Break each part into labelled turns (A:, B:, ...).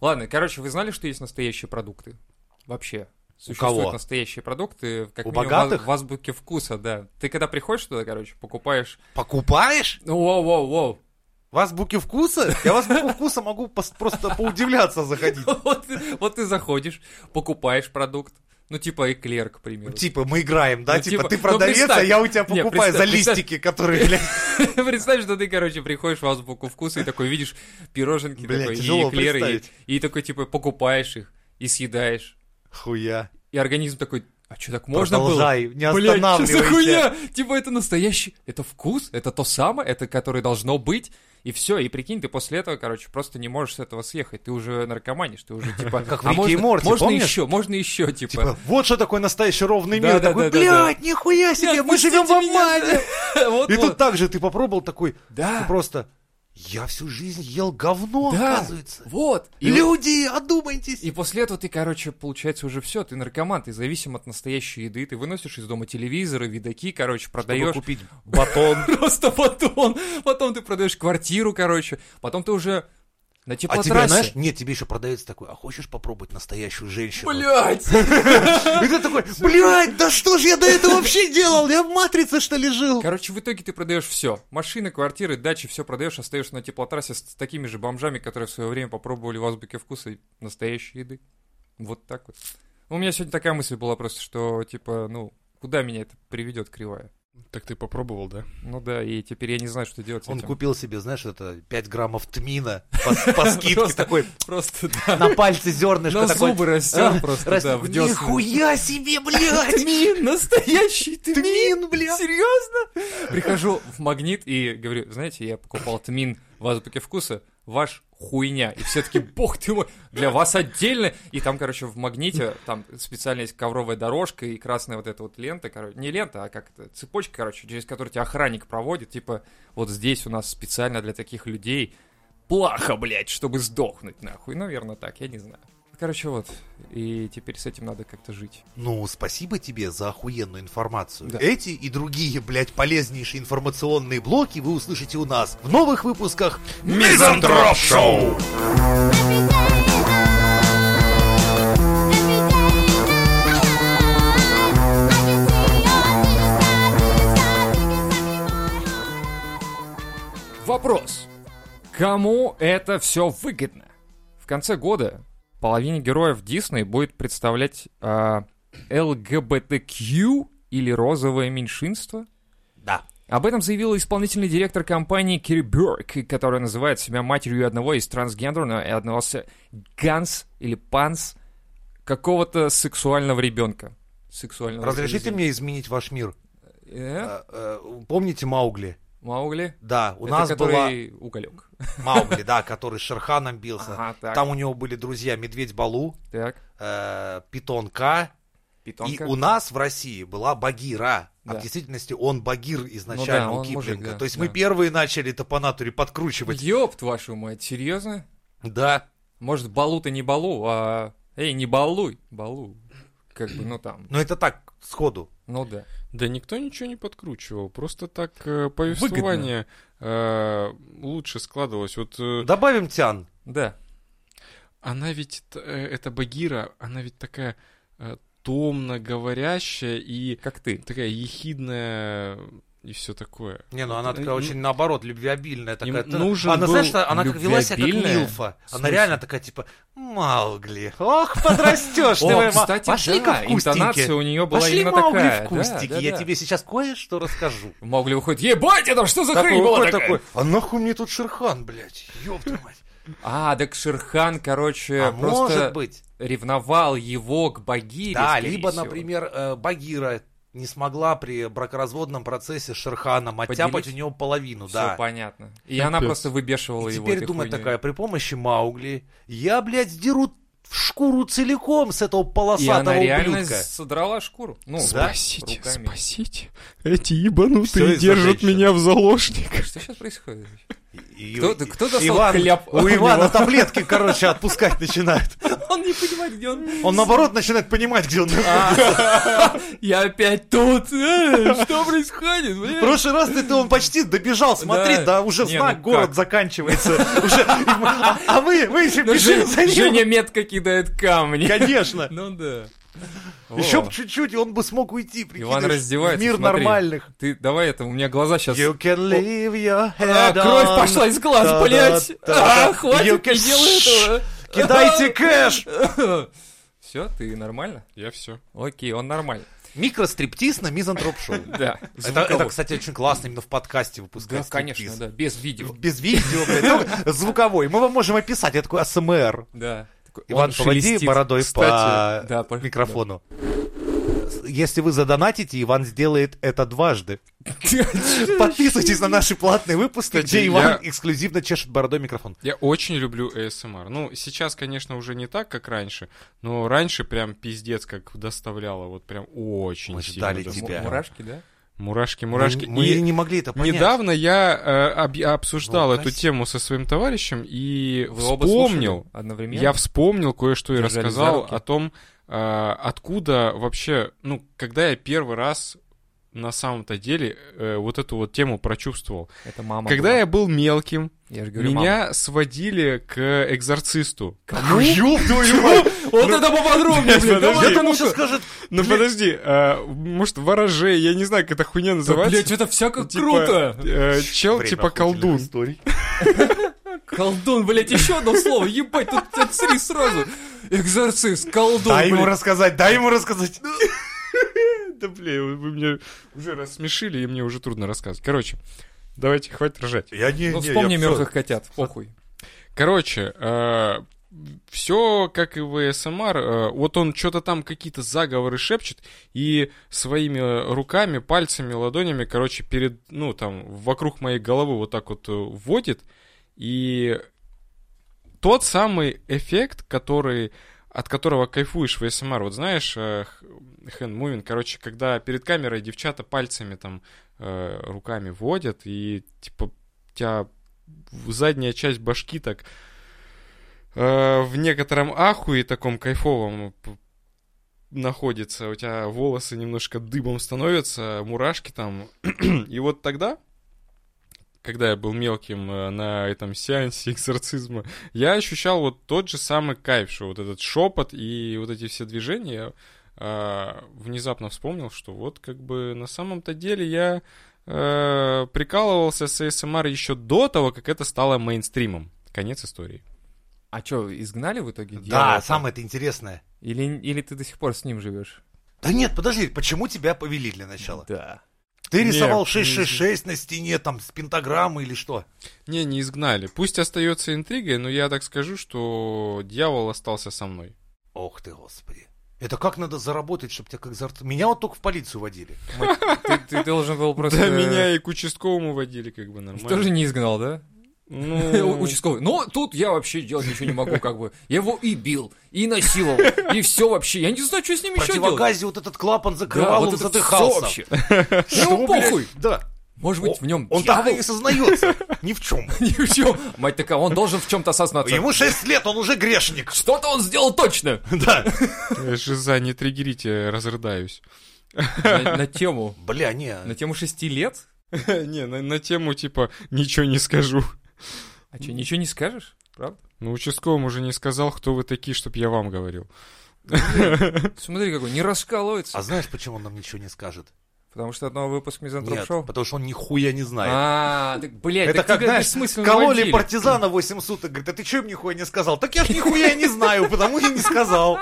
A: Ладно, короче, вы знали, что есть настоящие продукты? Вообще. Существуют
B: кого?
A: настоящие продукты, как
B: У
A: минимум,
B: богатых?
A: в, в азбуке вкуса, да. Ты когда приходишь туда, короче, покупаешь...
B: Покупаешь?
A: Ну, Воу-воу-воу.
B: Вас буки вкуса? Я вас буки вкуса могу пос- просто поудивляться заходить.
A: Вот, ты- вот ты заходишь, покупаешь продукт, ну, типа эклер, к примеру.
B: Типа мы играем, да?
A: Ну,
B: типа,
A: типа,
B: ты
A: ну,
B: продавец, а
A: представь.
B: я у тебя
A: Не,
B: покупаю за
A: представь, представь.
B: листики, которые, блядь,
A: Представь, что ты, короче, приходишь в азбуку вкуса и такой видишь пироженки
B: Бля,
A: такой, и
B: тяжело
A: эклеры,
B: представить.
A: и, и такой, типа, покупаешь их и съедаешь.
B: Хуя.
A: И организм такой, а что, так можно было?
B: Продолжай, не
A: Блядь, что за
B: останавливайся.
A: хуйня? Типа, это настоящий, это вкус, это то самое, это которое должно быть. И все, и прикинь, ты после этого, короче, просто не можешь с этого съехать. Ты уже наркоманишь, ты уже типа...
B: Как в
A: а
B: «Рике и
A: можно,
B: Морти»,
A: Можно
B: помнишь?
A: еще, можно еще, типа...
B: Типа, вот что такое настоящий ровный
A: Да,
B: мир.
A: да,
B: Такой,
A: да, да, да.
B: блядь, нихуя себе, мы живем в Омане.
A: Вот,
B: И
A: вот.
B: тут так же ты попробовал такой,
A: Да.
B: ты просто, я всю жизнь ел говно,
A: Да.
B: оказывается.
A: Вот. И
B: Люди, одумайтесь.
A: И после этого ты, короче, получается уже все, ты наркоман, ты зависим от настоящей еды, ты выносишь из дома телевизоры, видаки, короче,
B: Чтобы
A: продаешь.
B: купить батон.
A: Просто потом, потом ты продаешь квартиру, короче, потом ты уже на
B: А тебе, знаешь,
A: теплотрассе.
B: нет, тебе еще продавец такой, а хочешь попробовать настоящую женщину?
A: Блять!
B: И ты такой, блядь, да что же я до этого вообще делал? Я в матрице, что ли, жил?
A: Короче, в итоге ты продаешь все. Машины, квартиры, дачи, все продаешь, остаешься на теплотрассе с такими же бомжами, которые в свое время попробовали в азбуке вкуса настоящей еды. Вот так вот. Ну, У меня сегодня такая мысль была просто, что типа, ну, куда меня это приведет кривая?
C: Так ты попробовал, да?
A: Ну да, и теперь я не знаю, что делать с
B: Он
A: этим.
B: купил себе, знаешь, это 5 граммов тмина по, по скидке
A: Просто-
B: такой,
A: Просто да.
B: на пальце зернышко
A: На
B: такой.
A: зубы
B: а,
A: растет просто,
B: растет.
A: да, в десны.
B: Нихуя себе, блядь!
A: Тмин, настоящий
B: Тмин, блядь!
A: Серьезно? Прихожу в магнит и говорю, знаете, я покупал тмин в азбуке вкуса, ваш хуйня. И все таки бог ты мой, для вас отдельно. И там, короче, в магните, там специально есть ковровая дорожка и красная вот эта вот лента, короче, не лента, а как это, цепочка, короче, через которую тебя охранник проводит, типа, вот здесь у нас специально для таких людей плаха, блядь, чтобы сдохнуть, нахуй. Наверное, так, я не знаю. Короче, вот, и теперь с этим надо как-то жить.
B: Ну, спасибо тебе за охуенную информацию.
A: Да.
B: Эти и другие, блядь, полезнейшие информационные блоки вы услышите у нас в новых выпусках Мизантроп Шоу!
A: Вопрос. Кому это все выгодно? В конце года половине героев Дисней будет представлять а, ЛГБТК или розовое меньшинство?
B: Да.
A: Об этом заявила исполнительный директор компании Кири Бёрк, которая называет себя матерью одного из трансгендерного и одного с... ганс или панс какого-то сексуального ребенка. Сексуального
B: Разрешите
A: ребенка.
B: мне изменить ваш мир?
A: Э?
B: Э, э, Помните Маугли?
A: Маугли?
B: Да, у
A: Это
B: нас была...
A: который уголек.
B: Маугли, да, который с Шерханом бился.
A: Ага, так.
B: Там у него были друзья Медведь Балу,
A: Так.
B: э, Питон К.
A: Питонка.
B: И у нас в России была Багира. А
A: Да.
B: в действительности он Багир изначально
A: Ну да,
B: у
A: он
B: Киплинга.
A: мужик, да,
B: То есть
A: да.
B: мы первые начали это по натуре подкручивать.
A: Ёб вашу мать, серьезно?
B: Да.
A: Может, балу-то не балу, а... Эй, не балуй, балу. Как бы, ну там,
B: Но это так, сходу.
A: ну да.
C: Да никто ничего не подкручивал, просто так э, повествование э, лучше складывалось. Вот э,
B: Добавим Тян.
A: Да,
C: она ведь, т- э, эта Багира, она ведь такая э, томно говорящая и
A: как ты.
C: такая ехидная и все такое.
B: Не, ну она
C: Вот, э,
B: такая
C: ну,
B: очень, наоборот, любвеобильная такая.
C: Им нужен
B: она,
C: был
B: знаешь, что она как вела себя как
A: любвеобильная?
B: Милфа.
A: В
B: Она
A: смысле?
B: реально такая, типа, Маугли, ох, подрастешь ты, моя ма- пошли-ка
A: да,
B: в кустике».
A: интонация у нее была
B: Пошли,
A: именно
B: Маугли,
A: такая.
B: в кустике,
A: да, да,
B: я
A: да.
B: тебе сейчас кое-что расскажу.
A: Маугли выходит, ебать, это что за хрень
B: Такой
A: была
B: выходит
A: такая?
B: такой, а нахуй мне тут Шерхан, блядь, ёб твою мать.
A: А, так Шерхан, короче,
B: А
A: Э, просто
B: может быть,
A: ревновал его к Багире,
B: да,
A: скорее
B: либо,
A: всего.
B: например, э, Багира не смогла при бракоразводном процессе с Шерханом оттяпать у
A: Поделить?
B: него половину,
A: Все
B: да.
A: Ну понятно. И
C: Капец.
A: она просто выбешивала
B: И
A: его
B: теперь
A: этой
B: думает
A: хуйней.
B: такая, при помощи Маугли, я, блядь, сдеру шкуру целиком с этого
A: И
B: полосатого
A: она реально
B: ублюдка.
A: содрала шкуру. Ну,
B: Да?
C: Спасите,
A: руками.
C: спасите. Эти
B: Всё
C: ебанутые
B: из-за
C: держат
B: женщин.
C: меня в заложниках.
A: Что сейчас происходит?
B: И-
A: Кто-
B: и-
A: кто достал
B: Иван-
A: кляп
B: У
A: у
B: Ивана
A: него?
B: таблетки, короче, отпускать начинают.
A: Он не понимает, где он.
B: Он, наоборот, начинает понимать, где он.
A: А,
B: В
A: Я опять тут. Э, Что происходит? блин?
B: прошлый раз ты, ты- он почти добежал, смотри,
A: Да.
B: да уже
A: Не,
B: знак
A: ну
B: город
A: как?
B: заканчивается. Уже, а, а вы, вы еще
A: Ну,
B: бежите
A: Жен-
B: за ним.
A: Женя метко кидает камни.
B: Конечно.
A: Ну да.
B: Еще
A: О.
B: б чуть-чуть, и он бы смог уйти. прикидываешь,
A: Иван раздевается.
B: в Мир
A: смотри.
B: нормальных.
A: Ты давай это, у меня глаза сейчас...
B: You can leave your
A: А,
B: head
A: кровь
B: on.
A: пошла из
B: Да,
A: глаз,
B: да,
A: блядь!
B: да,
A: А,
B: да. You
A: хватит,
B: can-
A: не делай
B: Кидайте кэш!
A: этого! Все, ты нормально?
C: Я все.
A: Окей, он нормально.
B: Микростриптиз на мизантроп-шоу.
A: Да.
B: Это,
A: звуковой.
B: это, кстати, очень классно именно в подкасте выпускать.
A: Да, конечно,
B: стриптиз.
A: да, без видео.
B: Без видео, блядь, только звуковой. Мы вам можем описать. Это такой АСМР.
A: Да. Такой,
B: Иван,
A: он
B: поводи
A: шелестит.
B: бородой
A: Кстати,
B: по
A: да, по-
B: микрофону. Если вы задонатите, Иван сделает это дважды. Подписывайтесь на наши платные выпуски,
C: Кстати,
B: где Иван
C: я-
B: эксклюзивно чешет бородой микрофон.
C: Я очень люблю ASMR. Ну, сейчас, конечно, уже не так, как раньше, но раньше прям пиздец как доставляло, вот прям очень
B: Мы
C: сильно
B: ждали
A: М-
C: доставляло.
B: тебя.
A: Мурашки, да?
C: Мурашки, мурашки.
B: Мы, мы
C: И
B: не могли это понять.
C: недавно я э, об- обсуждал
B: Ну,
C: эту
B: Вася.
C: тему со своим товарищем и
A: Вы оба
C: вспомнил,
A: слушали одновременно?
C: Я вспомнил кое-что и
A: Держались за
C: рассказал
A: руки.
C: о том, э, откуда вообще, ну, когда я первый раз на самом-то деле э, вот эту вот тему прочувствовал.
A: Это мама.
C: когда
A: была.
C: я был мелким,
A: Я же говорю,
C: меня сводили к экзорцисту.
B: Ну, ёб твою мать!
A: мама. Вот это поподробнее, блин, давай
C: подожди.
A: это
B: Он
A: ну-ка.
B: сейчас скажет,
C: Ну подожди, э, может, ворожей, я не знаю, как эта хуйня
A: Да,
C: называется.
A: блядь, это всяко
C: Типа,
A: круто.
C: э, чел
B: Время
C: типа
B: охотились
C: колдун.
B: историй.
A: Колдун, блядь, еще одно слово. Ебать, тут тебя три сразу. Экзорцист, колдун,
B: Дай ему
A: блядь. Ну,
B: рассказать, дай ему рассказать.
C: Да, бля, вы вы меня уже рассмешили, и мне уже трудно рассказывать. Короче, давайте, хватит ржать.
B: Я не,
A: Ну,
B: не,
A: вспомни
B: я
A: мертвых котят, похуй.
C: Короче, все как и в СМР, э, вот он что-то там какие-то заговоры шепчет и своими э, руками, пальцами, ладонями, короче, перед, ну там, вокруг моей головы вот так вот э, вводит. И тот самый эффект, который от которого кайфуешь в СМР, вот знаешь, э, х- хэнд-мувинг, короче, когда перед камерой девчата пальцами там э, руками водят, и типа тебя в- задняя часть башки так э, в некотором ахуе таком кайфовом п- находится, у тебя волосы немножко дыбом становятся, мурашки там. И вот тогда, когда я был мелким э, на этом сеансе экзорцизма, я ощущал вот тот же самый кайф, что вот этот шепот и вот эти все движения. Я э, внезапно вспомнил, что вот как бы на самом-то деле я э, прикалывался с ASMR еще до того, как это стало мейнстримом. Конец истории.
A: А что, изгнали в итоге?
B: все.
A: дьявола?
B: Да, самое-то интересное.
A: Или, или ты до сих пор с ним живешь?
B: Да нет, подожди, почему тебя повели для начала?
A: Да.
B: Ты
C: Нет,
B: рисовал
C: не-
B: 666 на стене, там, с пентаграммы или что?
C: Не, не изгнали. Пусть остается интригой, но я так скажу, что дьявол остался со мной.
B: Ох ты, господи. Это как надо заработать, чтобы тебя как зарт... Меня вот только в полицию водили.
A: Ты, ты должен был просто... э,
C: Да, меня и к участковому водили, как бы нормально.
A: Тоже не изгнал, да?
C: Ну,
A: Участковый. Но тут я вообще делать ничего не могу, как бы. Я его и бил, и насиловал, и все вообще. Я не знаю, что с ним
B: В
A: еще делать.
B: противогазе вот этот клапан закрывал,
A: Да, вот
B: он
A: это все
B: задыхался.
A: вообще.
B: Что,
A: Ну,
B: блядь?
A: похуй.
B: Да.
A: Может быть, в нем
B: Он так и не сознается. Ни в чем.
A: Ни в чем. Мать такая, он должен в чем-то осознаться.
B: Ему 6 лет, он уже грешник.
A: Что-то он сделал точно.
B: Да.
C: Жиза, не триггерите, разрыдаюсь.
A: На на тему.
B: Бля, не.
A: На тему шести лет?
C: Не, на, на тему типа «ничего не скажу».
A: А что, ничего не скажешь? Правда?
C: Ну, участковому уже не сказал, кто вы такие, чтоб я вам говорил.
A: Смотри, какой, не раскалывается.
B: А знаешь, почему он нам ничего не скажет?
A: Потому что одного выпуск Мизантроп
B: Нет,
A: Шоу.
B: потому что он нихуя не знает.
A: Ну, А, так, блядь,
B: Это
A: так
B: как,
A: тебя
B: знаешь,
A: бессмысленно
B: кололи
A: водили.
B: партизана 8 суток. Говорит, а ты чё им нихуя не сказал? Так я ж нихуя не знаю, потому и не сказал.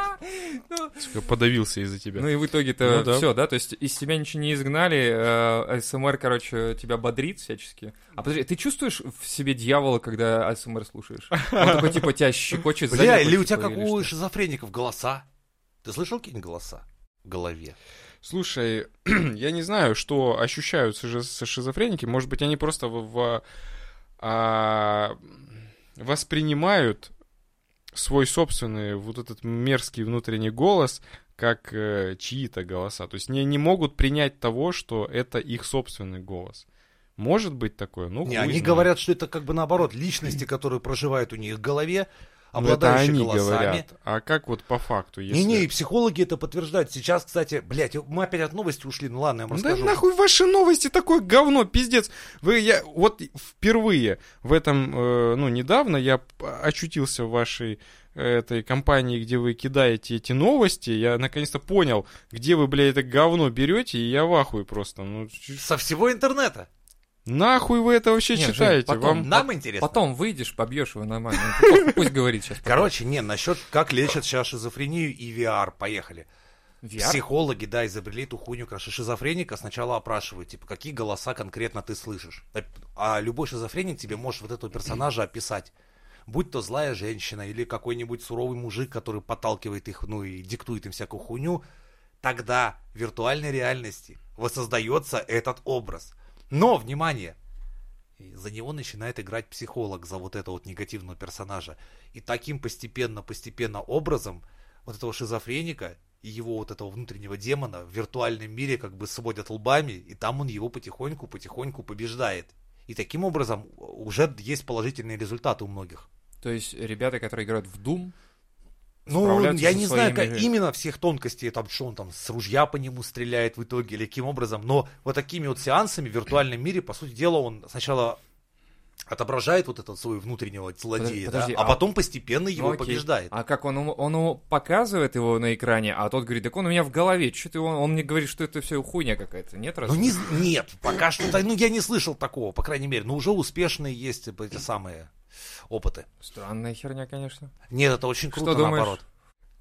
C: Сука, Подавился из-за тебя.
A: Ну и в итоге-то
C: Ну да.
A: все, да? То есть из тебя ничего не изгнали, э, АСМР, короче, тебя бодрит всячески. А подожди, ты чувствуешь в себе дьявола, когда АСМР слушаешь? Он такой, типа, тебя щекочет. за
B: Бля,
A: нервы,
B: или у тебя
A: типа,
B: как
A: или
B: у
A: что?
B: шизофреников голоса? Ты слышал какие-нибудь голоса? В голове.
C: Слушай, я не знаю, что ощущают шизо- со- шизофреники. Может быть, они просто в- в- а, воспринимают свой собственный вот этот мерзкий внутренний голос как э, чьи-то голоса. То есть не, не могут принять того, что это их собственный голос. Может быть такое, ну
B: Не,
C: хуй
B: они
C: знает.
B: говорят, что это как бы наоборот, личности, которые проживают у них в голове,
C: Ну,
B: обладающие
C: это они
B: голосами.
C: говорят. А как вот по факту, если...
B: Не-не, и психологи это подтверждают. Сейчас, кстати, блядь, мы опять от новости ушли, ну ладно, я вам
C: Да
B: расскажу.
C: нахуй ваши новости, такое говно, пиздец. Вы, я, вот впервые в этом, э, ну, недавно я п- очутился в вашей э, этой компании, где вы кидаете эти новости, я наконец-то понял, где вы, блядь, это говно берете, и я в ахуе просто. Ну, ч-
B: Со всего интернета.
C: нахуй вы это вообще
A: Не, Жень,
C: читаете?
A: потом
C: Вам...
B: Нам интересно.
A: Потом выйдешь, побьешь его нормально. Ну, пусть- Пусть говорит сейчас.
B: Короче, не, насчет как лечат сейчас шизофрению и VR, поехали.
A: VR?
B: Психологи, да, изобрели ту хуйню, короче, шизофреника сначала опрашивают, типа, какие голоса конкретно ты слышишь. А- А любой шизофреник тебе может вот этого персонажа описать. Будь то злая женщина или какой-нибудь суровый мужик, который подталкивает их, ну и диктует им всякую хуйню, тогда в виртуальной реальности воссоздается этот образ. Но, внимание, и за него начинает играть психолог, за вот этого вот негативного персонажа. И таким постепенно-постепенно образом вот этого шизофреника и его вот этого внутреннего демона в виртуальном мире как бы сводят лбами, и там он его потихоньку-потихоньку побеждает. И таким образом уже есть положительные результаты у многих.
A: То есть ребята, которые играют в Doom,
B: Ну,
A: Справляться
B: я
A: со
B: не знаю,
A: своими
B: как
A: же.
B: именно всех тонкостей, там, что он там с ружья по нему стреляет в итоге или каким образом, но вот такими вот сеансами в виртуальном мире, по сути дела, он сначала отображает вот этот свой внутреннего злодея, да,
A: подожди,
B: а
A: а-
B: потом постепенно его
A: Ну, окей.
B: побеждает.
A: А как он, ему- он ему показывает его на экране, а тот говорит, так он у меня в голове. Че ты, он, он мне говорит, что это все хуйня какая-то. Нет, раз?
B: Ну, не, з- нет, пока что, да, ну, я не слышал такого, по крайней мере, но уже успешные есть типа, эти самые опыты.
A: Странная херня, конечно.
B: Нет, это очень
A: Что
B: круто,
A: думаешь?
B: наоборот.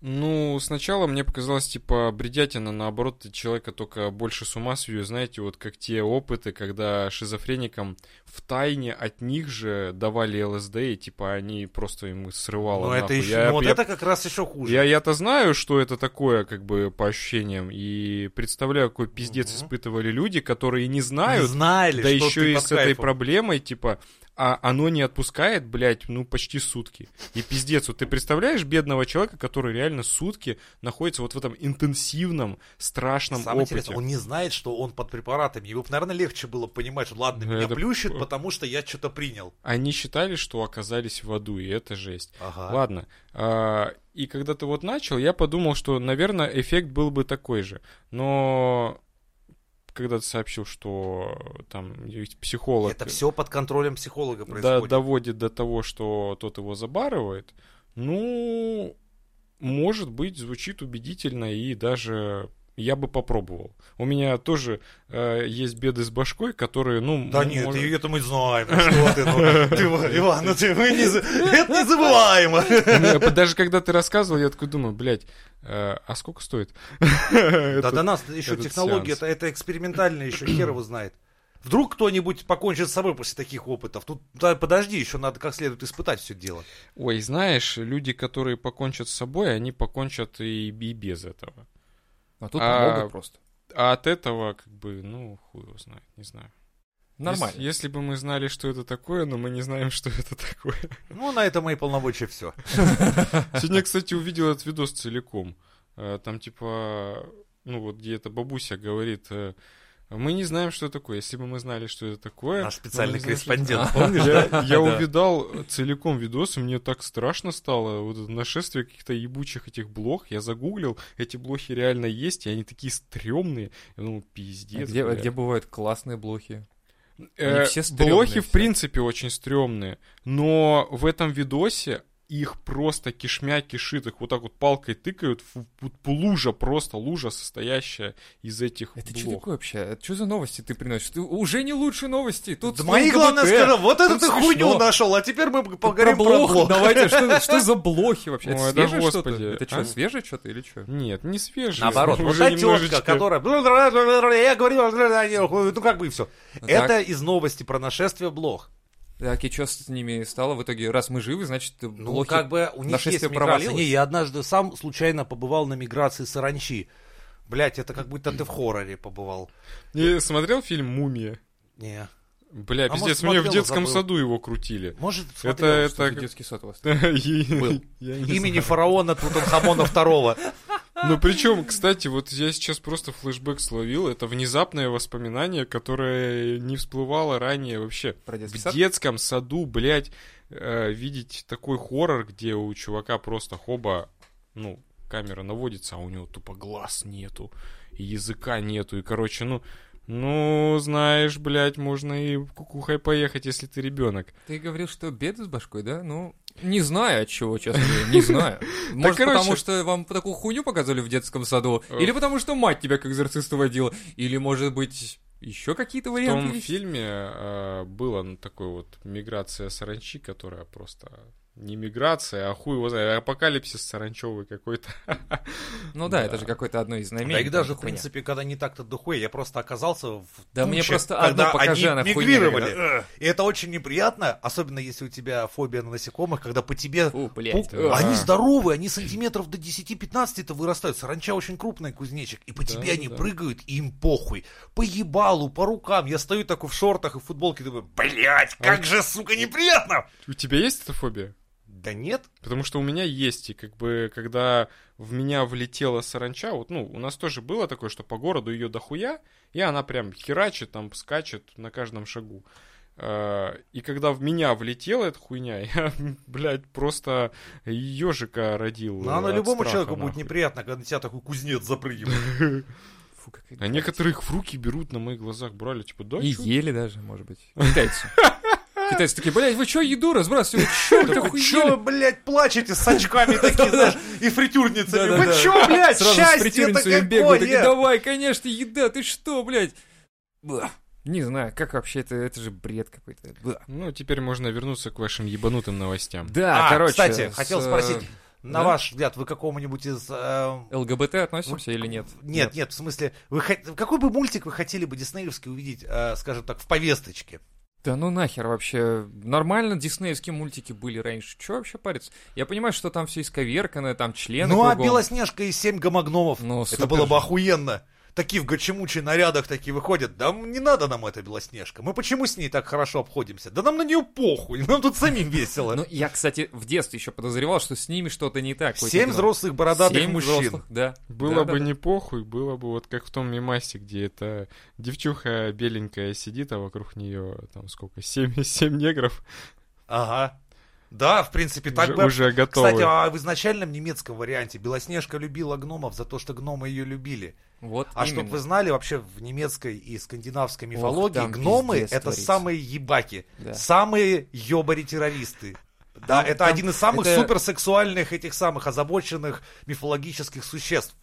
C: Ну, сначала мне показалось, типа, бредятина, наоборот, ты человека только больше с ума свью, знаете, вот как те опыты, когда шизофреникам в тайне от них же давали ЛСД, и, типа, они просто им их срывало
B: Но это
C: нахуй.
B: еще,
C: я,
B: ну, вот
C: я-
B: это как раз еще хуже.
C: я, то знаю, что это такое, как бы, по ощущениям, и представляю, какой пиздец
B: Мгм.
C: испытывали люди, которые не
B: Не
C: знают,
B: знали,
C: да
B: что ты
C: еще и
B: под
C: с этой
B: кайфом.
C: проблемой, типа, а оно не отпускает, блядь, ну почти сутки. И пиздец, вот ты представляешь бедного человека, который реально сутки находится вот в этом интенсивном, страшном
B: Самое
C: опыте.
B: интересное, он не знает, что он под препаратами. Его, наверное, легче было понимать, что ладно,
C: Да,
B: меня
C: Ну, это
B: плющит,
C: п-
B: потому что я что-то принял.
C: Они считали, что оказались в аду, и это жесть.
B: Ага.
C: Ладно. А, и когда ты вот начал, я подумал, что, наверное, эффект был бы такой же. Но когда ты сообщил, что там есть психолог...
B: Это все под контролем психолога
C: да,
B: происходит.
C: доводит до того, что тот его забарывает, ну, может быть, звучит убедительно и даже я бы попробовал. У меня тоже э, есть беды с башкой, которые, ну...
B: Да
C: ну,
B: нет,
C: может-
B: и это мы знаем. ну Что ты, ну, ты, вот, Иван, ну ты, мы не, за- это незабываемо.
C: У меня- Даже когда ты рассказывал, я такой думаю, блядь, э, а сколько стоит?
B: Да
C: Это-
B: до нас еще
C: этот
B: технология,
C: сеанс.
B: это, это экспериментальная еще хер его знает. Вдруг кто-нибудь покончит с собой после таких опытов. Тут да, подожди, еще надо как следует испытать все дело.
C: Ой, знаешь, люди, которые покончат с собой, они покончат и, и без этого.
A: А тут
C: А,
A: помогут просто.
C: А от этого, как бы, ну, хуй его знает, не знаю.
A: Нормально.
C: Ес- Если, бы мы знали, что это такое, но мы не знаем, что это такое.
B: Ну, на это мои полномочия все.
C: Сегодня, кстати, увидел этот видос целиком. Э, Там, типа, ну, вот где эта бабуся говорит... э, Мы не знаем, что это такое. Если бы мы знали, что это такое...
B: Наш
C: мы не
B: специальный
C: знаем, что это
B: корреспондент,
A: А.
B: помнишь, да?
C: ну, Я,
B: Да.
C: я увидал целиком видос, и мне так страшно стало. Вот это нашествие каких-то ебучих этих блох. Я загуглил, эти блохи реально есть, и они такие стрёмные. Я думал,
A: А
C: пиздец.
A: где, а
C: бля».
A: где бывают классные блохи?
C: Э,
A: они все стрёмные
C: блохи, в
A: все.
C: принципе, очень стрёмные. Но в этом видосе их просто кишмя кишит. Их вот так вот палкой тыкают. фу- вот лужа просто, лужа, состоящая из этих
A: Это что
C: блох.
A: такое вообще? Что за новости ты приносишь? Ты уже не лучшие новости. Тут
B: Да мои главное
A: ЛГБТ.
B: сказал, вот это
A: тут
B: ты
A: смешно.
B: хуйню нашел, а теперь мы поговорим про
A: блох.
B: блог.
A: Давайте, что, что за блохи вообще?
C: Ой,
A: это
C: да
A: свежее что-то?
C: господи,
A: Это что,
C: а?
A: свежее что-то или что?
C: Нет, не свежие.
B: Наоборот, вот
C: Уже
B: та тетка,
C: немножечко-
B: которая... Я говорил, ну как бы и все. Это из новости про нашествие блох.
A: Так, и что с ними стало? В итоге, раз мы живы, значит,
B: Ну,
A: блохи...
B: как бы у них есть
A: нашествие
B: миграция.
A: провалилось?
B: Не, я однажды сам случайно побывал на миграции саранчи. Блять, это как будто ты в хорроре побывал.
C: Не смотрел фильм «Мумия»?
B: Не.
C: Бля,
B: А может,
C: пиздец, мне в
B: смотрел, но
C: детском
B: забыл.
C: саду его крутили.
B: Может, смотрел,
C: Это,
A: Что за
C: это...
A: детский сад у вас?
C: Был.
B: Имени фараона Тутанхамона II.
C: Ну, причем, кстати, вот я сейчас просто флешбэк словил. Это внезапное воспоминание, которое не всплывало ранее вообще.
A: Про детский
C: В
A: сад?
C: детском саду, блядь, э, видеть такой хоррор, где у чувака просто хоба, ну, камера наводится, а у него тупо глаз нету, и языка нету, и, короче, ну, ну, знаешь, блядь, можно и кукухой поехать, если ты ребенок.
A: Ты говорил, что беды с башкой, да? Ну, не знаю от чего, честно говоря, не знаю. Может,
C: короче.
A: потому что вам такую хуйню показали в детском саду, или потому что мать тебя к экзорцисту водила, или, может быть, еще какие-то
C: В
A: варианты
C: том
A: есть?
C: фильме э, была ну, такой вот миграция саранчи, которая просто не миграция, а хуй его знает, апокалипсис саранчевый какой-то.
A: Ну да,
C: Да.
A: это же какое-то одно из знамений.
B: Да их даже, в
A: Хуйня.
B: принципе, когда не так-то дохуя, я просто оказался в
A: Да мне
B: куче,
A: просто
B: когда
A: одно покажи,
B: они
A: она хуйня
B: мигрировали. Э, И это очень неприятно, особенно если у тебя фобия на насекомых, когда по тебе...
A: Фу, блядь.
B: пук-
C: да.
B: э, Они здоровые, они сантиметров до 10-15 это вырастают. Саранча очень крупный кузнечик. И по
C: Да,
B: тебе они
C: да.
B: прыгают, и им похуй. По ебалу, по рукам. Я стою такой в шортах и в футболке, думаю, блядь, как же, сука, неприятно!
C: У тебя есть эта фобия?
B: Да нет,
C: Потому что у меня есть, и как бы, когда в меня влетела саранча, вот, ну, у нас тоже было такое, что по городу ее дохуя, и она прям херачит, там, скачет на каждом шагу. Э, И когда в меня влетела эта хуйня, я, блядь, просто ежика родил. э,
B: Ну, оно
C: от
B: любому
C: страха,
B: человеку будет
C: нахуй.
B: неприятно, когда на тебя такой кузнец запрыгивает.
A: Фу, какая
C: А некоторые их в руки берут, на моих глазах брали, типа, да,
A: И
C: чё?
A: ели даже, может быть. Китайцы. Китайцы такие, блядь, вы чё еду разбрасываете? Чё вы
B: Такой,
A: такую
B: чё вы, блядь, плачете с очками такие, знаешь, и фритюрницами? Вы
A: Да-да-да.
B: чё, блядь,
A: Сразу с
B: счастье
A: притюрницами бегают. Такие,
B: такое?
A: давай, конечно, еда, ты что, блядь? Бах. Не знаю, как вообще это, это же бред какой-то. Бах.
C: Ну, теперь можно вернуться к вашим ебанутым новостям.
A: Да,
B: А,
A: короче.
B: кстати,
A: с,
B: хотел
A: э,
B: спросить, на
A: да?
B: ваш взгляд, вы к какому-нибудь из... э,
A: ЛГБТ относимся или нет?
B: Нет, нет, в смысле, вы хот- какой бы мультик вы хотели бы диснеевский увидеть, э, скажем так, в повесточке?
A: Да ну нахер вообще. Нормально диснеевские мультики были раньше. Чё вообще париться? Я понимаю, что там все исковерканное, там члены
B: Ну, а
A: кругом.
B: Белоснежка и семь гомогномов.
A: Ну,
B: Это
A: супер
B: было бы
A: же.
B: охуенно. Такие в гачемучи нарядах такие выходят. Да м, не надо нам эта Белоснежка. Мы почему с ней так хорошо обходимся? Да нам на нее похуй. Нам тут самим весело.
A: Ну, я, кстати, в детстве еще подозревал, что с ними что-то не так. какое-то
B: Семь
A: дело.
B: взрослых бородатых
A: Семь
B: мужчин.
A: взрослых, да.
C: Было
A: Да, да,
C: бы
A: да.
C: не похуй, было бы вот как в том мемасе, где эта девчуха беленькая сидит, а вокруг нее там сколько, семь, семь негров
B: Ага. Да, в принципе, так
C: уже,
B: бы...
C: уже готовы.
B: Кстати, а в изначальном немецком варианте Белоснежка любила гномов за то, что гномы ее любили.
A: Вот
B: А
A: именно.
B: чтобы вы знали, вообще в немецкой и скандинавской
A: Ох,
B: мифологии
A: там
B: гномы
A: пиздец
B: это
A: творится.
B: самые ебаки,
A: Да. Ну,
B: самые ебари-террористы. Да, это
A: там-
B: один из самых
A: это-
B: суперсексуальных этих самых озабоченных мифологических существ.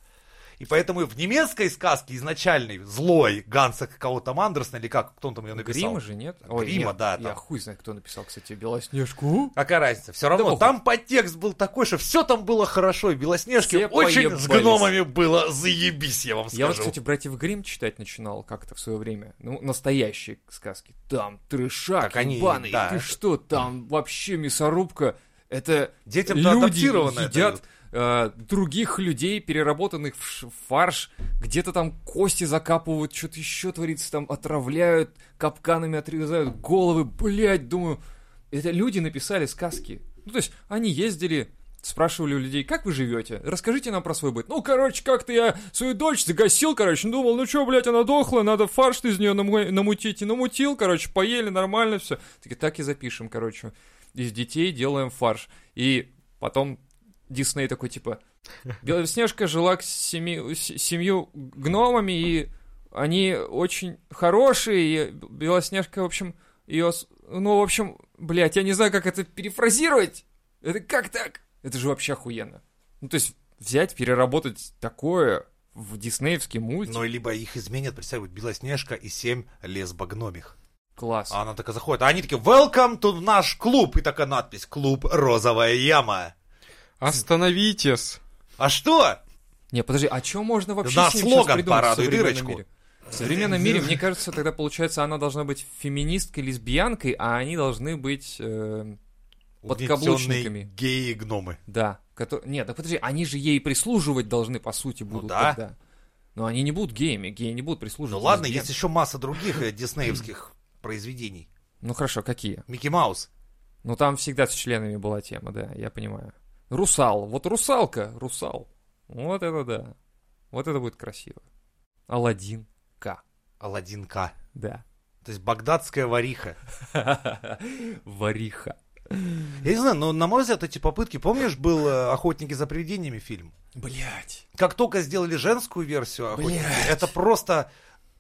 B: И поэтому в немецкой сказке изначальной злой Ганса какого-то Мандерсона, или как, кто он там ее написал?
A: Грима же, нет?
B: Грима,
A: я-
B: да,
A: Я
B: там.
A: хуй знает, кто написал, кстати, Белоснежку.
B: А Какая разница? Все равно
A: похуй.
B: там подтекст был такой, что все там было хорошо. и Белоснежке
A: Все
B: очень с
A: поебались.
B: гномами было заебись, я вам скажу.
A: Я вот, кстати, «Братьев Грим читать начинал как-то в свое время. Ну, настоящие сказки. Там трешак
B: Так они,
A: ебаный.
B: да.
A: Ты что, там вообще мясорубка. Это
B: Детям-то
A: люди
B: адаптированное
A: едят
B: дают.
A: э, других людей, переработанных в, ш- в фарш. Где-то там кости закапывают, что-то еще творится. Там отравляют, капканами отрезают головы. Блять, думаю, это люди написали сказки. Ну, то есть они ездили, спрашивали у людей, как вы живете? Расскажите нам про свой быт. Ну, короче, как-то я свою дочь загасил, короче, ну, думал, ну что, блядь, она дохла, надо фарш из нее намутить. И намутил, короче, поели, нормально все. Такие, так и запишем, короче. Из детей делаем фарш. И потом Дисней такой, типа, Белоснежка жила к семи, с- семью гномами, и они очень хорошие, и Белоснежка, в общем, ее... с- Ну, в общем, блядь, я не знаю, как это перефразировать. Это как так? Это же вообще охуенно. Ну, то есть взять, переработать такое в диснеевский мультик.
B: Ну, либо их изменят, представь, вот Белоснежка и семь лесбогномих.
A: Класс.
B: А она такая заходит, а они такие, welcome to наш клуб. И такая надпись, клуб «Розовая яма».
C: Остановитесь!
B: А что?
A: Не, подожди, а что можно вообще
B: На
A: с ним щас
B: слоган
A: придумать в
B: порадуй
A: современном
B: дырочку.
A: мире? В современном мире, мне кажется, тогда получается, она должна быть феминисткой, лесбиянкой, а они должны быть... э, Подкаблучниками.
B: Угнетенные геи и гномы.
A: да. кото- Нет, так подожди, они же ей прислуживать должны, по сути, будут
B: Ну да.
A: тогда. Но они не будут геями, геи не будут прислуживать.
B: Ну ладно,
A: лесбиянкам.
B: есть еще масса других э, диснеевских произведений.
A: Ну хорошо, какие?
B: Микки Маус.
A: Ну там всегда с членами была тема, да, я понимаю. Русал, вот русалка, русал. Вот это да. Вот это будет красиво. Алладин.
B: Аладдин К.
A: Да.
B: То есть багдадская вариха.
A: Вариха.
B: Я не знаю, но на мой взгляд эти попытки... Помнишь, был э, «Охотники за привидениями» фильм?
A: Блять.
B: Как только сделали женскую версию «Охотники»,
A: Блядь.
B: это просто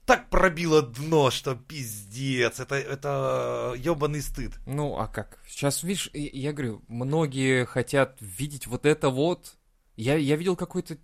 B: так пробило дно, что пиздец. Это, это ебаный стыд.
A: Ну, а как? Сейчас, видишь, и- я говорю, многие хотят видеть вот это вот. Я, я видел, какой-то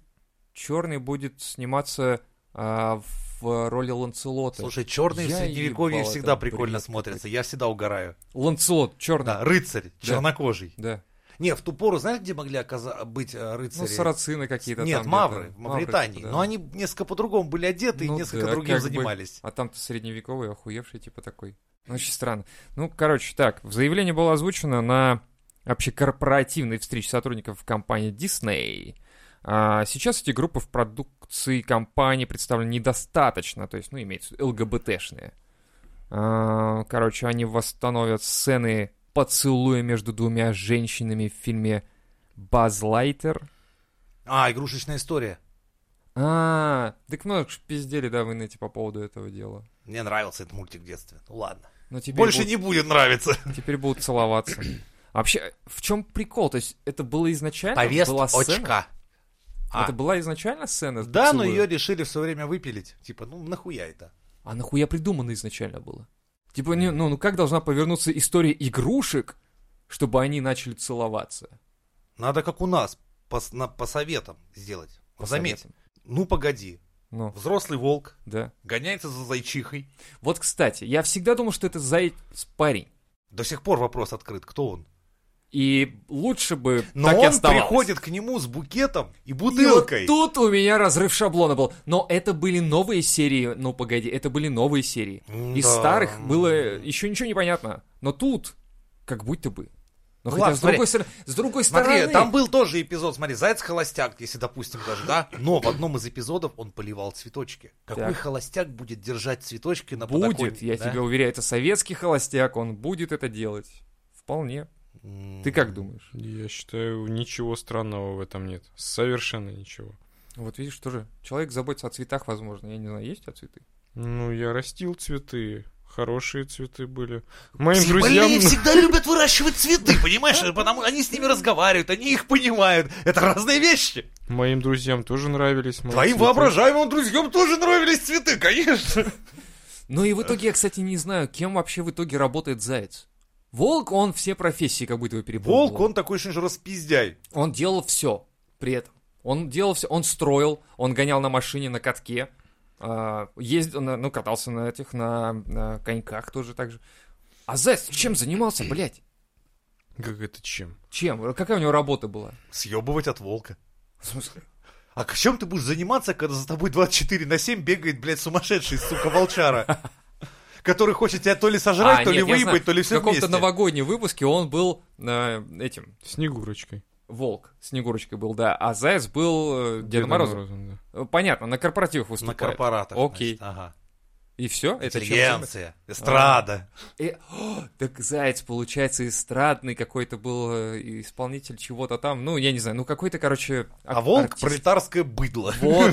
A: черный будет сниматься а, в роли Ланцелота.
B: Слушай, черные в
A: Я
B: средневековье
A: ебал,
B: всегда
A: это
B: прикольно
A: бред
B: смотрятся. Я всегда угораю.
A: Ланцелот, черный.
B: Да, рыцарь, чернокожий.
A: Да.
B: Не, в ту пору, знаешь, где могли оказа- быть э, рыцари?
A: Ну, сарацины какие-то
B: Нет,
A: там
B: мавры,
A: где-то.
B: в Мавритании.
A: типа, да.
B: Но они несколько по-другому были одеты
A: Ну
B: и несколько
A: да,
B: другим
A: как бы.
B: занимались.
A: А там-то средневековый, охуевший, типа такой. Ну, очень странно. Ну, короче, так, в заявлении было озвучено на общекорпоративной встрече сотрудников компании Disney. А, сейчас эти группы в продукции компании представлены недостаточно, то есть, ну, имеется в виду ЛГБТшные. А, короче, они восстановят сцены поцелуя между двумя женщинами в фильме «Базлайтер».
B: А, игрушечная история.
A: А, так много ж пиздели, да, в инете по поводу этого дела.
B: Мне нравился этот мультик в детстве. Ну ладно.
A: Но теперь
B: Больше
A: будут-
B: не будет нравиться.
A: Теперь будут целоваться. А Вообще, в чем прикол? То есть это было изначально? была сцена?
B: Повесточка. А.
A: Это была изначально сцена? с
B: Да, но
A: поцелуем?
B: ее решили в свое время выпилить. Типа, ну нахуя это?
A: А нахуя придумано изначально было? Типа, не- ну, ну как должна повернуться история игрушек, чтобы они начали целоваться?
B: Надо как у нас, по, с- на- по советам сделать.
A: По
B: Заметь,
A: советам.
B: ну погоди.
A: Ну,
B: Взрослый волк
A: да.
B: гоняется за зайчихой.
A: Вот, кстати, я всегда думал, что это заяц парень.
B: До сих пор вопрос открыт, кто он.
A: И лучше бы
B: Но
A: так и
B: он
A: оставалось.
B: приходит к нему с букетом и
A: И вот
B: бутылкой.
A: тут у меня разрыв шаблона был. Но это были новые серии, ну погоди, это были новые серии. Из
B: Да.
A: старых было еще ничего не понятно. Но тут, как будто бы. Но
B: Ну
A: хотя,
B: ладно,
A: с другой стороны, с другой
B: Смотри,
A: стороны,
B: там был тоже эпизод, смотри, заяц холостяк, если допустим даже, да? Но в одном из эпизодов он поливал цветочки. Какой
A: Так.
B: холостяк будет держать цветочки на
A: будет,
B: подоконнике,
A: я
B: да?
A: тебе уверяю, это советский холостяк, он будет это делать. Вполне.
B: М,
A: Ты как думаешь?
C: Я считаю, ничего странного в этом нет. Совершенно ничего.
A: Вот видишь, тоже человек заботится о цветах, возможно. Я не знаю, есть у тебя цветы?
C: Ну, я растил цветы. Хорошие цветы были. Моим друзьям...
B: Психбольные всегда любят выращивать цветы, понимаешь? Потому они с ними разговаривают, они их понимают. Это разные вещи.
C: Моим друзьям тоже нравились мои
B: Твоим
C: цветы.
B: воображаемым друзьям тоже нравились цветы, конечно.
A: Ну
B: Э.
A: и в итоге я, кстати, не знаю, кем вообще в итоге работает Заяц. Волк, он все профессии как будто бы перепробовал.
B: Волк, он такой же распиздяй.
A: Он делал все при этом. Он делал все, он строил, он гонял на машине, на катке, а, ездил, на- ну, катался на этих, на, на коньках тоже так же. А Заяц чем занимался, блядь?
C: Как это чем?
A: Чем? Какая у него работа была?
B: Съебывать от волка.
A: В смысле?
B: А к- чем ты будешь заниматься, когда за тобой 24 на 7 бегает, блядь, сумасшедший, сука, волчара? Который хочет тебя то ли сожрать,
A: А,
B: то
A: нет,
B: ли
A: я знаю,
B: выебать, то ли
A: В
B: все
A: каком-то
B: вместе.
A: новогоднем выпуске он был э, этим,
C: Снегурочкой.
A: волк, Снегурочкой был, да, а Заяц был э, Дедом
C: Дедом
A: Морозом.
C: Морозом, да.
A: Э, Понятно, на корпоративах
B: На
A: выступает.
B: корпоратах.
A: Окей.
B: значит, Ага.
A: И все? Это чем занимается?
B: Интеллигенция, эстрада.
A: И- Э, о, так Заяц, получается, эстрадный какой-то был э, исполнитель чего-то там. Ну, я не знаю, ну какой-то, короче...
B: А
A: ак-
B: волк
A: артист.
B: пролетарское быдло.
A: Вот.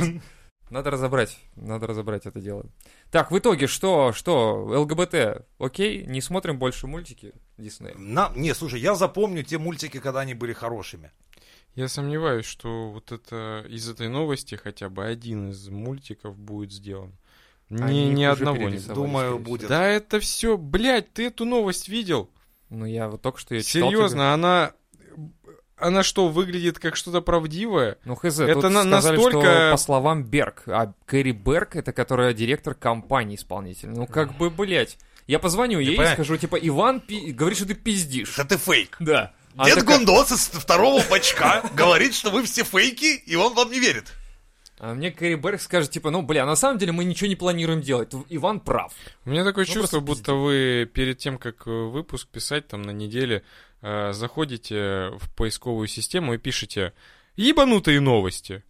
A: Надо разобрать, надо разобрать это дело. Так, в итоге, что, что, ЛГБТ, окей, не смотрим больше мультики Диснея.
B: На- Не, слушай, я запомню те мультики, когда они были хорошими.
C: Я сомневаюсь, что вот это из этой новости хотя бы один из мультиков будет сделан. Ни,
A: Они
C: ни
A: уже
C: одного не
A: перерисовали.
C: будет.
B: Думаю,
A: скорее всего.
B: будет.
C: Да это все, блядь, ты эту новость видел?
A: Ну, я вот только что ее читал. тебе.
C: Серьезно, она... Она что, выглядит как что-то правдивое?
A: Ну, хз,
C: Это
A: тут
C: на-
A: сказали,
C: настолько-
A: что, по словам Берг, а Кэрри Берг, это которая директор компании исполнитель. Ну, как бы, блять. Я позвоню ей и
B: понимаю.
A: скажу, типа, Иван пи- говорит, что ты пиздишь.
B: Это ты фейк.
A: Да. А
B: Дед
A: такая-
B: Гундос из второго бачка говорит, что вы все фейки, и он вам не верит.
A: А мне Кэрри Берг скажет, типа, ну, бля, на самом деле мы ничего не планируем делать. Тв- Иван прав.
C: У меня такое
A: Ну,
C: чувство,
A: просто
C: будто вы перед тем, как э, выпуск писать там на неделе, э, заходите в поисковую систему и пишете «Ебанутые новости».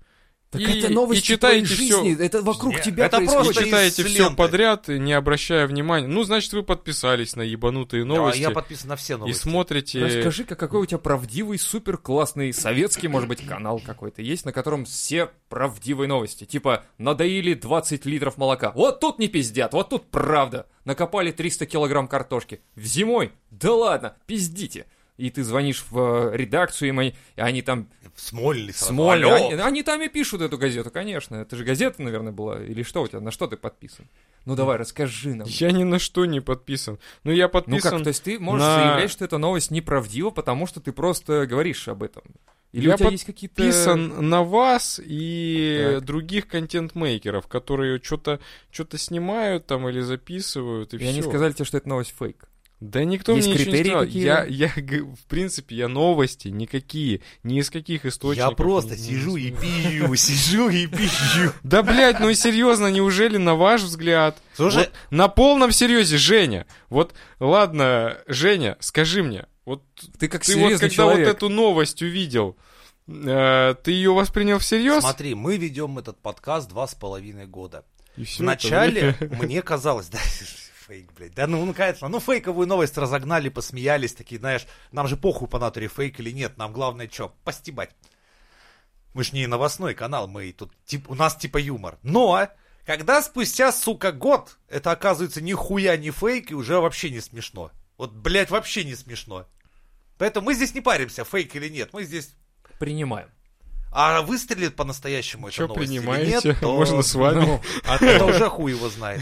D: Так
C: И-
D: это
C: и
D: новости
C: читаете
D: твоей
C: всё.
D: жизни, это вокруг
B: Нет,
D: тебя
B: это
D: происходит.
C: Вы
B: просто
C: читаете
B: из
C: все
B: ленты.
C: подряд, не обращая внимания. Ну, значит, вы подписались на ебанутые
B: Да,
C: новости
B: Я подписан на все
C: Ну, и
B: новости.
C: смотрите.
A: Расскажи-ка, какой у тебя правдивый, супер классный советский, может быть, канал какой-то есть, на котором все правдивые новости. Типа, надоели 20 литров молока. Вот тут не пиздят, вот тут правда. Накопали 300 килограмм картошки. В зимой? Да ладно, пиздите. И ты звонишь в э, редакцию, им, они- и они там
B: В Смольный сразу.
A: смолят.
B: Алло!
A: Они, они там и пишут эту газету, конечно. Это же газета, наверное, была. Или что у тебя, на что ты подписан? Ну давай, расскажи нам.
C: Я ни на что не подписан. Ну, я
A: Ну
C: подписан.
A: как, то есть ты можешь
C: на-
A: заявлять, что эта новость неправдива, потому что ты просто говоришь об этом. Или
C: Я
A: у тебя есть какие-то...
C: подписан на вас и
A: Так.
C: других контент-мейкеров, которые что-то что-то снимают там или записывают, и,
A: И
C: все.
A: они сказали тебе, что это новость фейк.
C: Да никто
A: Есть
C: мне ничего не
A: критерии
C: сказал.
A: какие?
C: Я, я, г- в принципе, я новости никакие, ни из каких источников.
B: Я просто
C: не- не
B: сижу и
C: смотрю.
B: пью, сижу и пью.
C: Да, блядь, ну и серьезно, неужели на ваш взгляд?
B: Слушай,
C: Вот на полном серьезе, Женя. Вот, ладно, Женя, скажи мне, вот
A: Ты как
C: ты вот
A: серьезный
C: когда
A: человек.
C: вот эту новость увидел, э, ты ее воспринял всерьез?
B: смотри, мы ведем этот подкаст два с половиной года.
C: И всё это,
B: Вначале мне казалось, да, фейк, блядь. Да ну, ну, конечно, ну фейковую новость разогнали, посмеялись, такие, знаешь, нам же похуй по натуре фейк или нет, нам главное что, постебать. Мы ж не новостной канал, мы тут, тип, у нас типа юмор. Но, когда спустя, сука, год, это оказывается нихуя не фейк и уже вообще не смешно. Вот, блядь, вообще не смешно. Поэтому мы здесь не паримся, фейк или нет, мы здесь...
A: Принимаем.
B: А выстрелит по-настоящему эта
C: Что
B: новость или
C: принимаете?
B: нет, то-
C: Можно с вами.
A: Ну,
B: а это уже хуй его знает.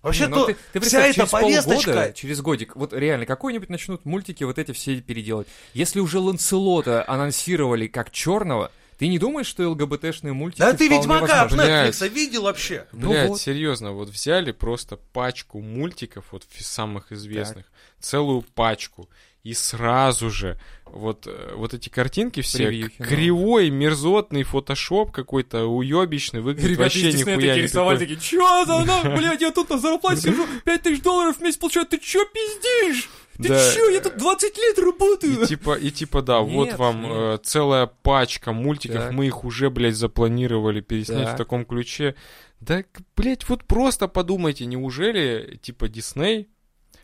B: Вообще,
A: не, ну
B: то
A: ты, ты
B: вся
A: представь,
B: эта
A: через полгода,
B: повесточка...
A: через годик, вот реально, какой-нибудь начнут мультики вот эти все переделать. Если уже Ланселота анонсировали как черного, ты не думаешь, что ЛГБТшные мультики
B: Да ты
A: вполне
B: Ведьмака от
A: возможны?
C: Блядь.
B: Netflix видел вообще?
A: Ну
C: Блядь,
A: вот.
C: серьезно, вот взяли просто пачку мультиков, вот фи- самых известных, целую пачку, и сразу же вот, э, вот эти картинки все,
A: Превью
C: к-
A: кино.
C: кривой, мерзотный фотошоп какой-то уебищный, выглядит
A: Ребята
C: вообще
A: из Диснея
C: нихуя
A: такие
C: не
A: рисовали,
C: прикольно.
A: такие, чё за нам, блядь, я тут на зарплате сижу, 5 тысяч долларов в месяц получаю, ты чё пиздишь? Ты
C: Да.
A: чё, я тут 20 лет работаю.
C: И типа, и типа, да, вот
A: Нет,
C: вам
A: нет.
C: э, целая пачка мультиков,
A: Так.
C: мы их уже, блядь, запланировали переснять
A: Так.
C: в таком ключе. Да, к- блядь, вот просто подумайте, неужели, типа, Дисней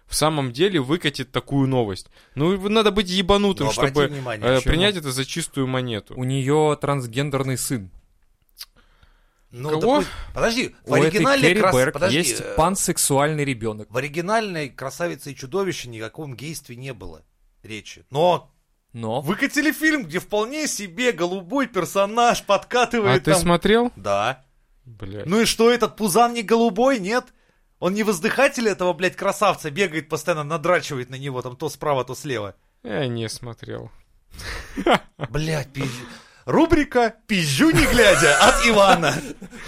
C: в самом деле выкатит такую новость? Ну, и надо быть ебанутым,
B: Но Ну, обрати
C: чтобы
B: внимание,
C: э,
B: чё-
C: принять это за чистую монету.
A: У нее трансгендерный сын.
B: Ну,
C: кого?
B: допу- Подожди, в
A: У этой
B: оригинальной
A: Керри
B: крас-
A: Берг
B: подожди,
A: есть
B: э,
A: пансексуальный ребенок.
B: В оригинальной «Красавице и чудовище» ни о каком гействе не было речи. Но
A: Но
B: выкатили фильм, где вполне себе голубой персонаж подкатывает
C: А ты
B: там-
C: смотрел?
B: Да.
C: Блядь.
B: Ну и что, этот пузан не голубой, нет? Он не воздыхатель этого, блядь, красавца, бегает постоянно, надрачивает на него там то справа, то слева.
C: Я не смотрел.
B: Блядь, пизжу. Рубрика «Пизжу не глядя» от Ивана.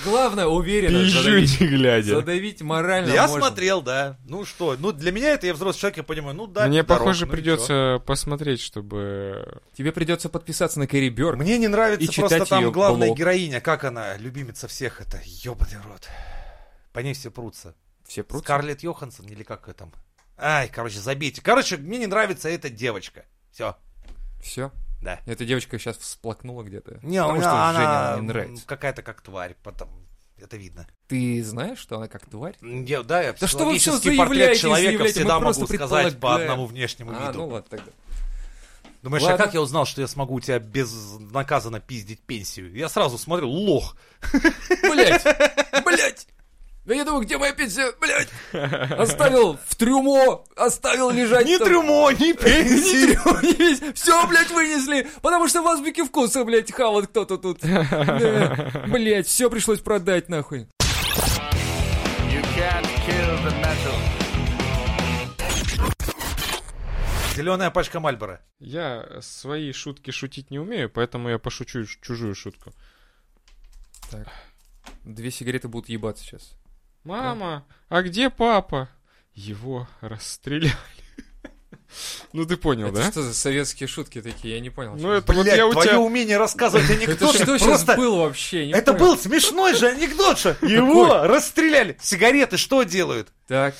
A: главное, уверенно
C: Пизжу
A: задавить,
C: не глядя.
A: задавить морально
B: Я
A: можно.
B: смотрел, да. Ну что, ну для меня это, я взрослый человек, я понимаю, ну да.
C: Мне,
B: здорово, ну
C: похоже,
B: и чё.
C: придется посмотреть, чтобы...
A: Тебе придется подписаться на Кэрри Бёрд.
B: Мне не
A: и
B: нравится
A: читать
B: просто там
A: её
B: главная
A: блог.
B: героиня, как она, любимица всех, это ёбаный рот. По ней все прутся.
A: Все прутся.
B: Скарлетт Йоханссон или как ее там? Ай, короче, забейте. Короче, мне не нравится эта девочка. Все,
A: Все.
B: да.
A: Эта девочка сейчас всплакнула где-то.
B: Не,
A: потому
B: у
A: что
B: меня
A: Женя
B: она
A: она не нравится.
B: какая-то как тварь, потом это видно.
A: Ты знаешь, что она как тварь?
B: Я, да, я
A: Да что вы всё
B: психологический портрет
A: заявляете,
B: человека
A: заявляете, мы
B: всегда
A: просто
B: могу сказать по
A: предполагаем.
B: одному внешнему
A: а,
B: виду.
A: ну ладно тогда.
B: Думаешь, а
A: Ладно.
B: как я узнал, что я смогу у тебя безнаказанно пиздить пенсию? Я сразу смотрю, лох.
A: Блять! Блять! Да я думаю, где моя пенсия? Блять! Оставил в трюмо, оставил лежать.
B: Ни
A: там.
B: трюмо, ни пенсии.
A: Все, блядь, вынесли, потому что в азбуке вкуса, блядь, хавал кто-то тут. Да, Блядь, все пришлось продать, нахуй.
B: Зеленая пачка Мальбора.
C: Я свои шутки шутить не умею, поэтому я пошучу ш- чужую шутку.
A: Две сигареты будут ебаться сейчас.
C: Мама, а где папа? Его расстреляли. Ну ты понял,
A: Это
C: да?
A: что за советские шутки такие, я не понял.
C: Ну
A: что
C: это вот
B: Блядь,
C: я у
B: твое
C: тебя...
B: умение рассказывать
A: Это
B: анекдоты
A: что сейчас
B: просто...
A: было вообще? Я не
B: Это
A: понял.
B: был смешной же анекдот, что его расстреляли. Сигареты что делают?
A: Так.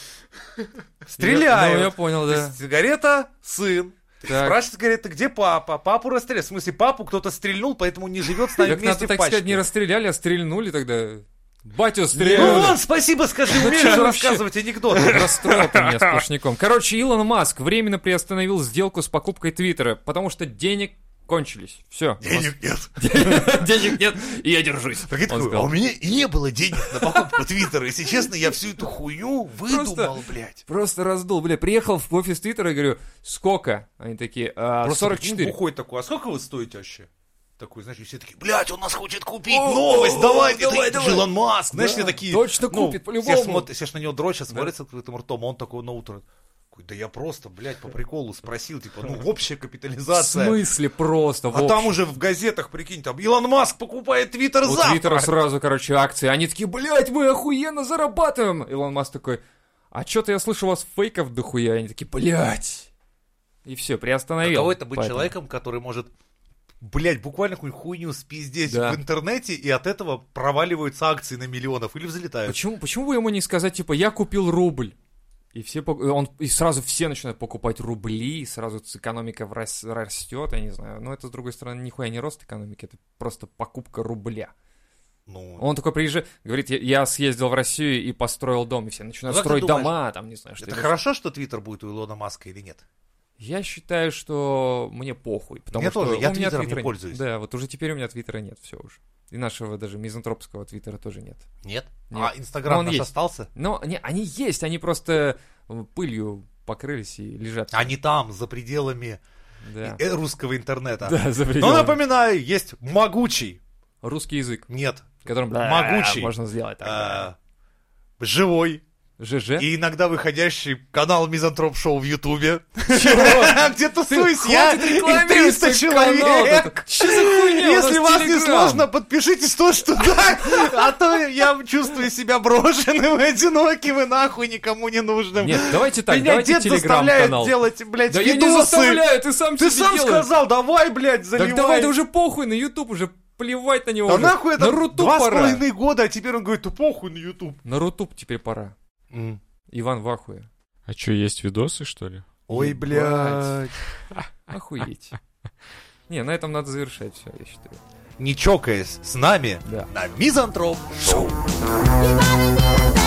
A: я- Ну, я
B: Стреляют.
A: понял,
B: То
A: да.
B: есть Сигарета, сын.
C: Так.
B: Спрашивает, говорит, ты где папа? Папу расстреляли. В смысле, папу кто-то стрельнул, поэтому не живет с нами
A: Так
B: вместе
A: надо,
B: в
A: так сказать, не
B: пачке.
A: расстреляли, а стрельнули тогда. Батю
B: Ну
A: стреляли.
B: вот, спасибо, скажи, умеешь
A: чё
B: же
A: вообще?
B: рассказывать анекдоты.
A: Расстроил ты меня сплошняком. Короче, Илон Маск временно приостановил сделку с покупкой Твиттера, потому что денег кончились. Все.
D: Денег нет.
A: Денег нет, и я держусь.
D: Прикинь,
A: Он
D: такой, а
A: сказал.
D: у меня и не было денег на покупку Твиттера. Если честно, я всю эту хуйню выдумал, блядь.
A: Просто раздул, бля, приехал в офис Твиттера и говорю, сколько? Они такие, «А, 44.
B: Уходит такой, а сколько вы стоите вообще? Такой, знаешь, и все такие,
D: Блядь, он нас хочет купить. Новость, давай, давай,
A: давай, давай.
D: Илон Маск.
B: Знаешь, все такие...
A: Точно
B: ну,
A: купит,
B: Все,
A: по-любому.
B: смотрят, все ж на него дрочат, смотрят с открытым ртом, а он такой на утро. такой, Да я просто, блядь, по приколу спросил, типа, ну, общая
A: В
B: капитализация.
A: смысле просто?
B: А
A: в
B: там уже в газетах, прикинь, там, Илон Маск покупает Твиттер
A: У
B: завтра.
A: Твиттера сразу, короче, акции. Они такие, блядь, мы охуенно зарабатываем. Илон Маск такой, а что-то я слышу у вас фейков дохуя. Они такие, блядь. И все, приостановил.
B: Каково это быть
A: Поэтому.
B: человеком, который может, блядь, буквально какую хуйню спиздеть
A: Да.
B: в интернете, и от этого проваливаются акции на миллионов или взлетают?
A: Почему, почему бы ему не сказать, типа, я купил рубль? И, все, пок- он, и сразу все начинают покупать рубли, и сразу ц- экономика врас- растет, я не знаю. Но это, с другой стороны, нихуя не рост экономики, это просто покупка рубля.
B: Ну,
A: Он такой приезжает, говорит, я, я съездил в Россию и построил дом, и все начинают
B: Ну, как ты
A: строить
B: думаешь,
A: дома, там, не знаю, что
B: это
A: еще.
B: хорошо, что Твиттер будет у Илона Маска или нет?
A: Я считаю, что мне похуй. Потому
B: Мне
A: что
B: тоже, я
A: у меня
B: Твиттером не
A: твиттера нет.
B: пользуюсь.
A: Да, вот уже теперь у меня твиттера нет, все уже. И нашего даже мизантропского твиттера тоже нет.
B: Нет.
A: Нет.
B: А Инстаграм
A: Но он
B: наш
A: есть.
B: остался?
A: Но не, они есть, они просто э, пылью покрылись и лежат.
B: Они там, за пределами
A: Да.
B: э, русского интернета.
A: Да, за
B: Но
A: пределами.
B: напоминаю, есть могучий.
A: Русский язык,
B: Нет.
A: которым
B: Могучий.
A: можно сделать так.
B: а, живой.
A: ЖЖ.
B: И иногда выходящий канал Мизантроп Шоу в Ютубе. Где тусуюсь
A: Ты
B: я
A: хватит
B: и
A: рекламировать
B: 300
A: свой канал
B: человек.
A: этот. Чё за хуйня? У нас
B: Если вас не
A: Телеграм.
B: сложно, подпишитесь тоже туда, а то я чувствую себя брошенным, одиноким и нахуй никому не нужным.
A: Нет, давайте так,
B: Меня
A: давайте
B: дед заставляет
A: телеграм-канал.
B: делать, блядь,
A: Да я не
B: видосы.
A: заставляю, ты сам
B: Ты
A: себе
B: сам
A: делаешь.
B: сказал, давай, блядь, заливай.
A: Так давай, да уже похуй на YouTube, уже плевать на него.
B: Да
A: уже.
B: А нахуй это
A: на Рутуб
B: два с
A: пора.
B: половиной года, а теперь он говорит, ты похуй на Ютуб.
A: На Рутуб теперь пора. Иван в ахуе.
C: А что, есть видосы, что ли?
B: Ой,
A: Ебать.
B: блядь.
A: Охуеть. Не, на этом надо завершать все, я считаю.
B: Не чокаясь с нами
A: Да.
B: на Мизантроп Шоу.
E: You gotta know that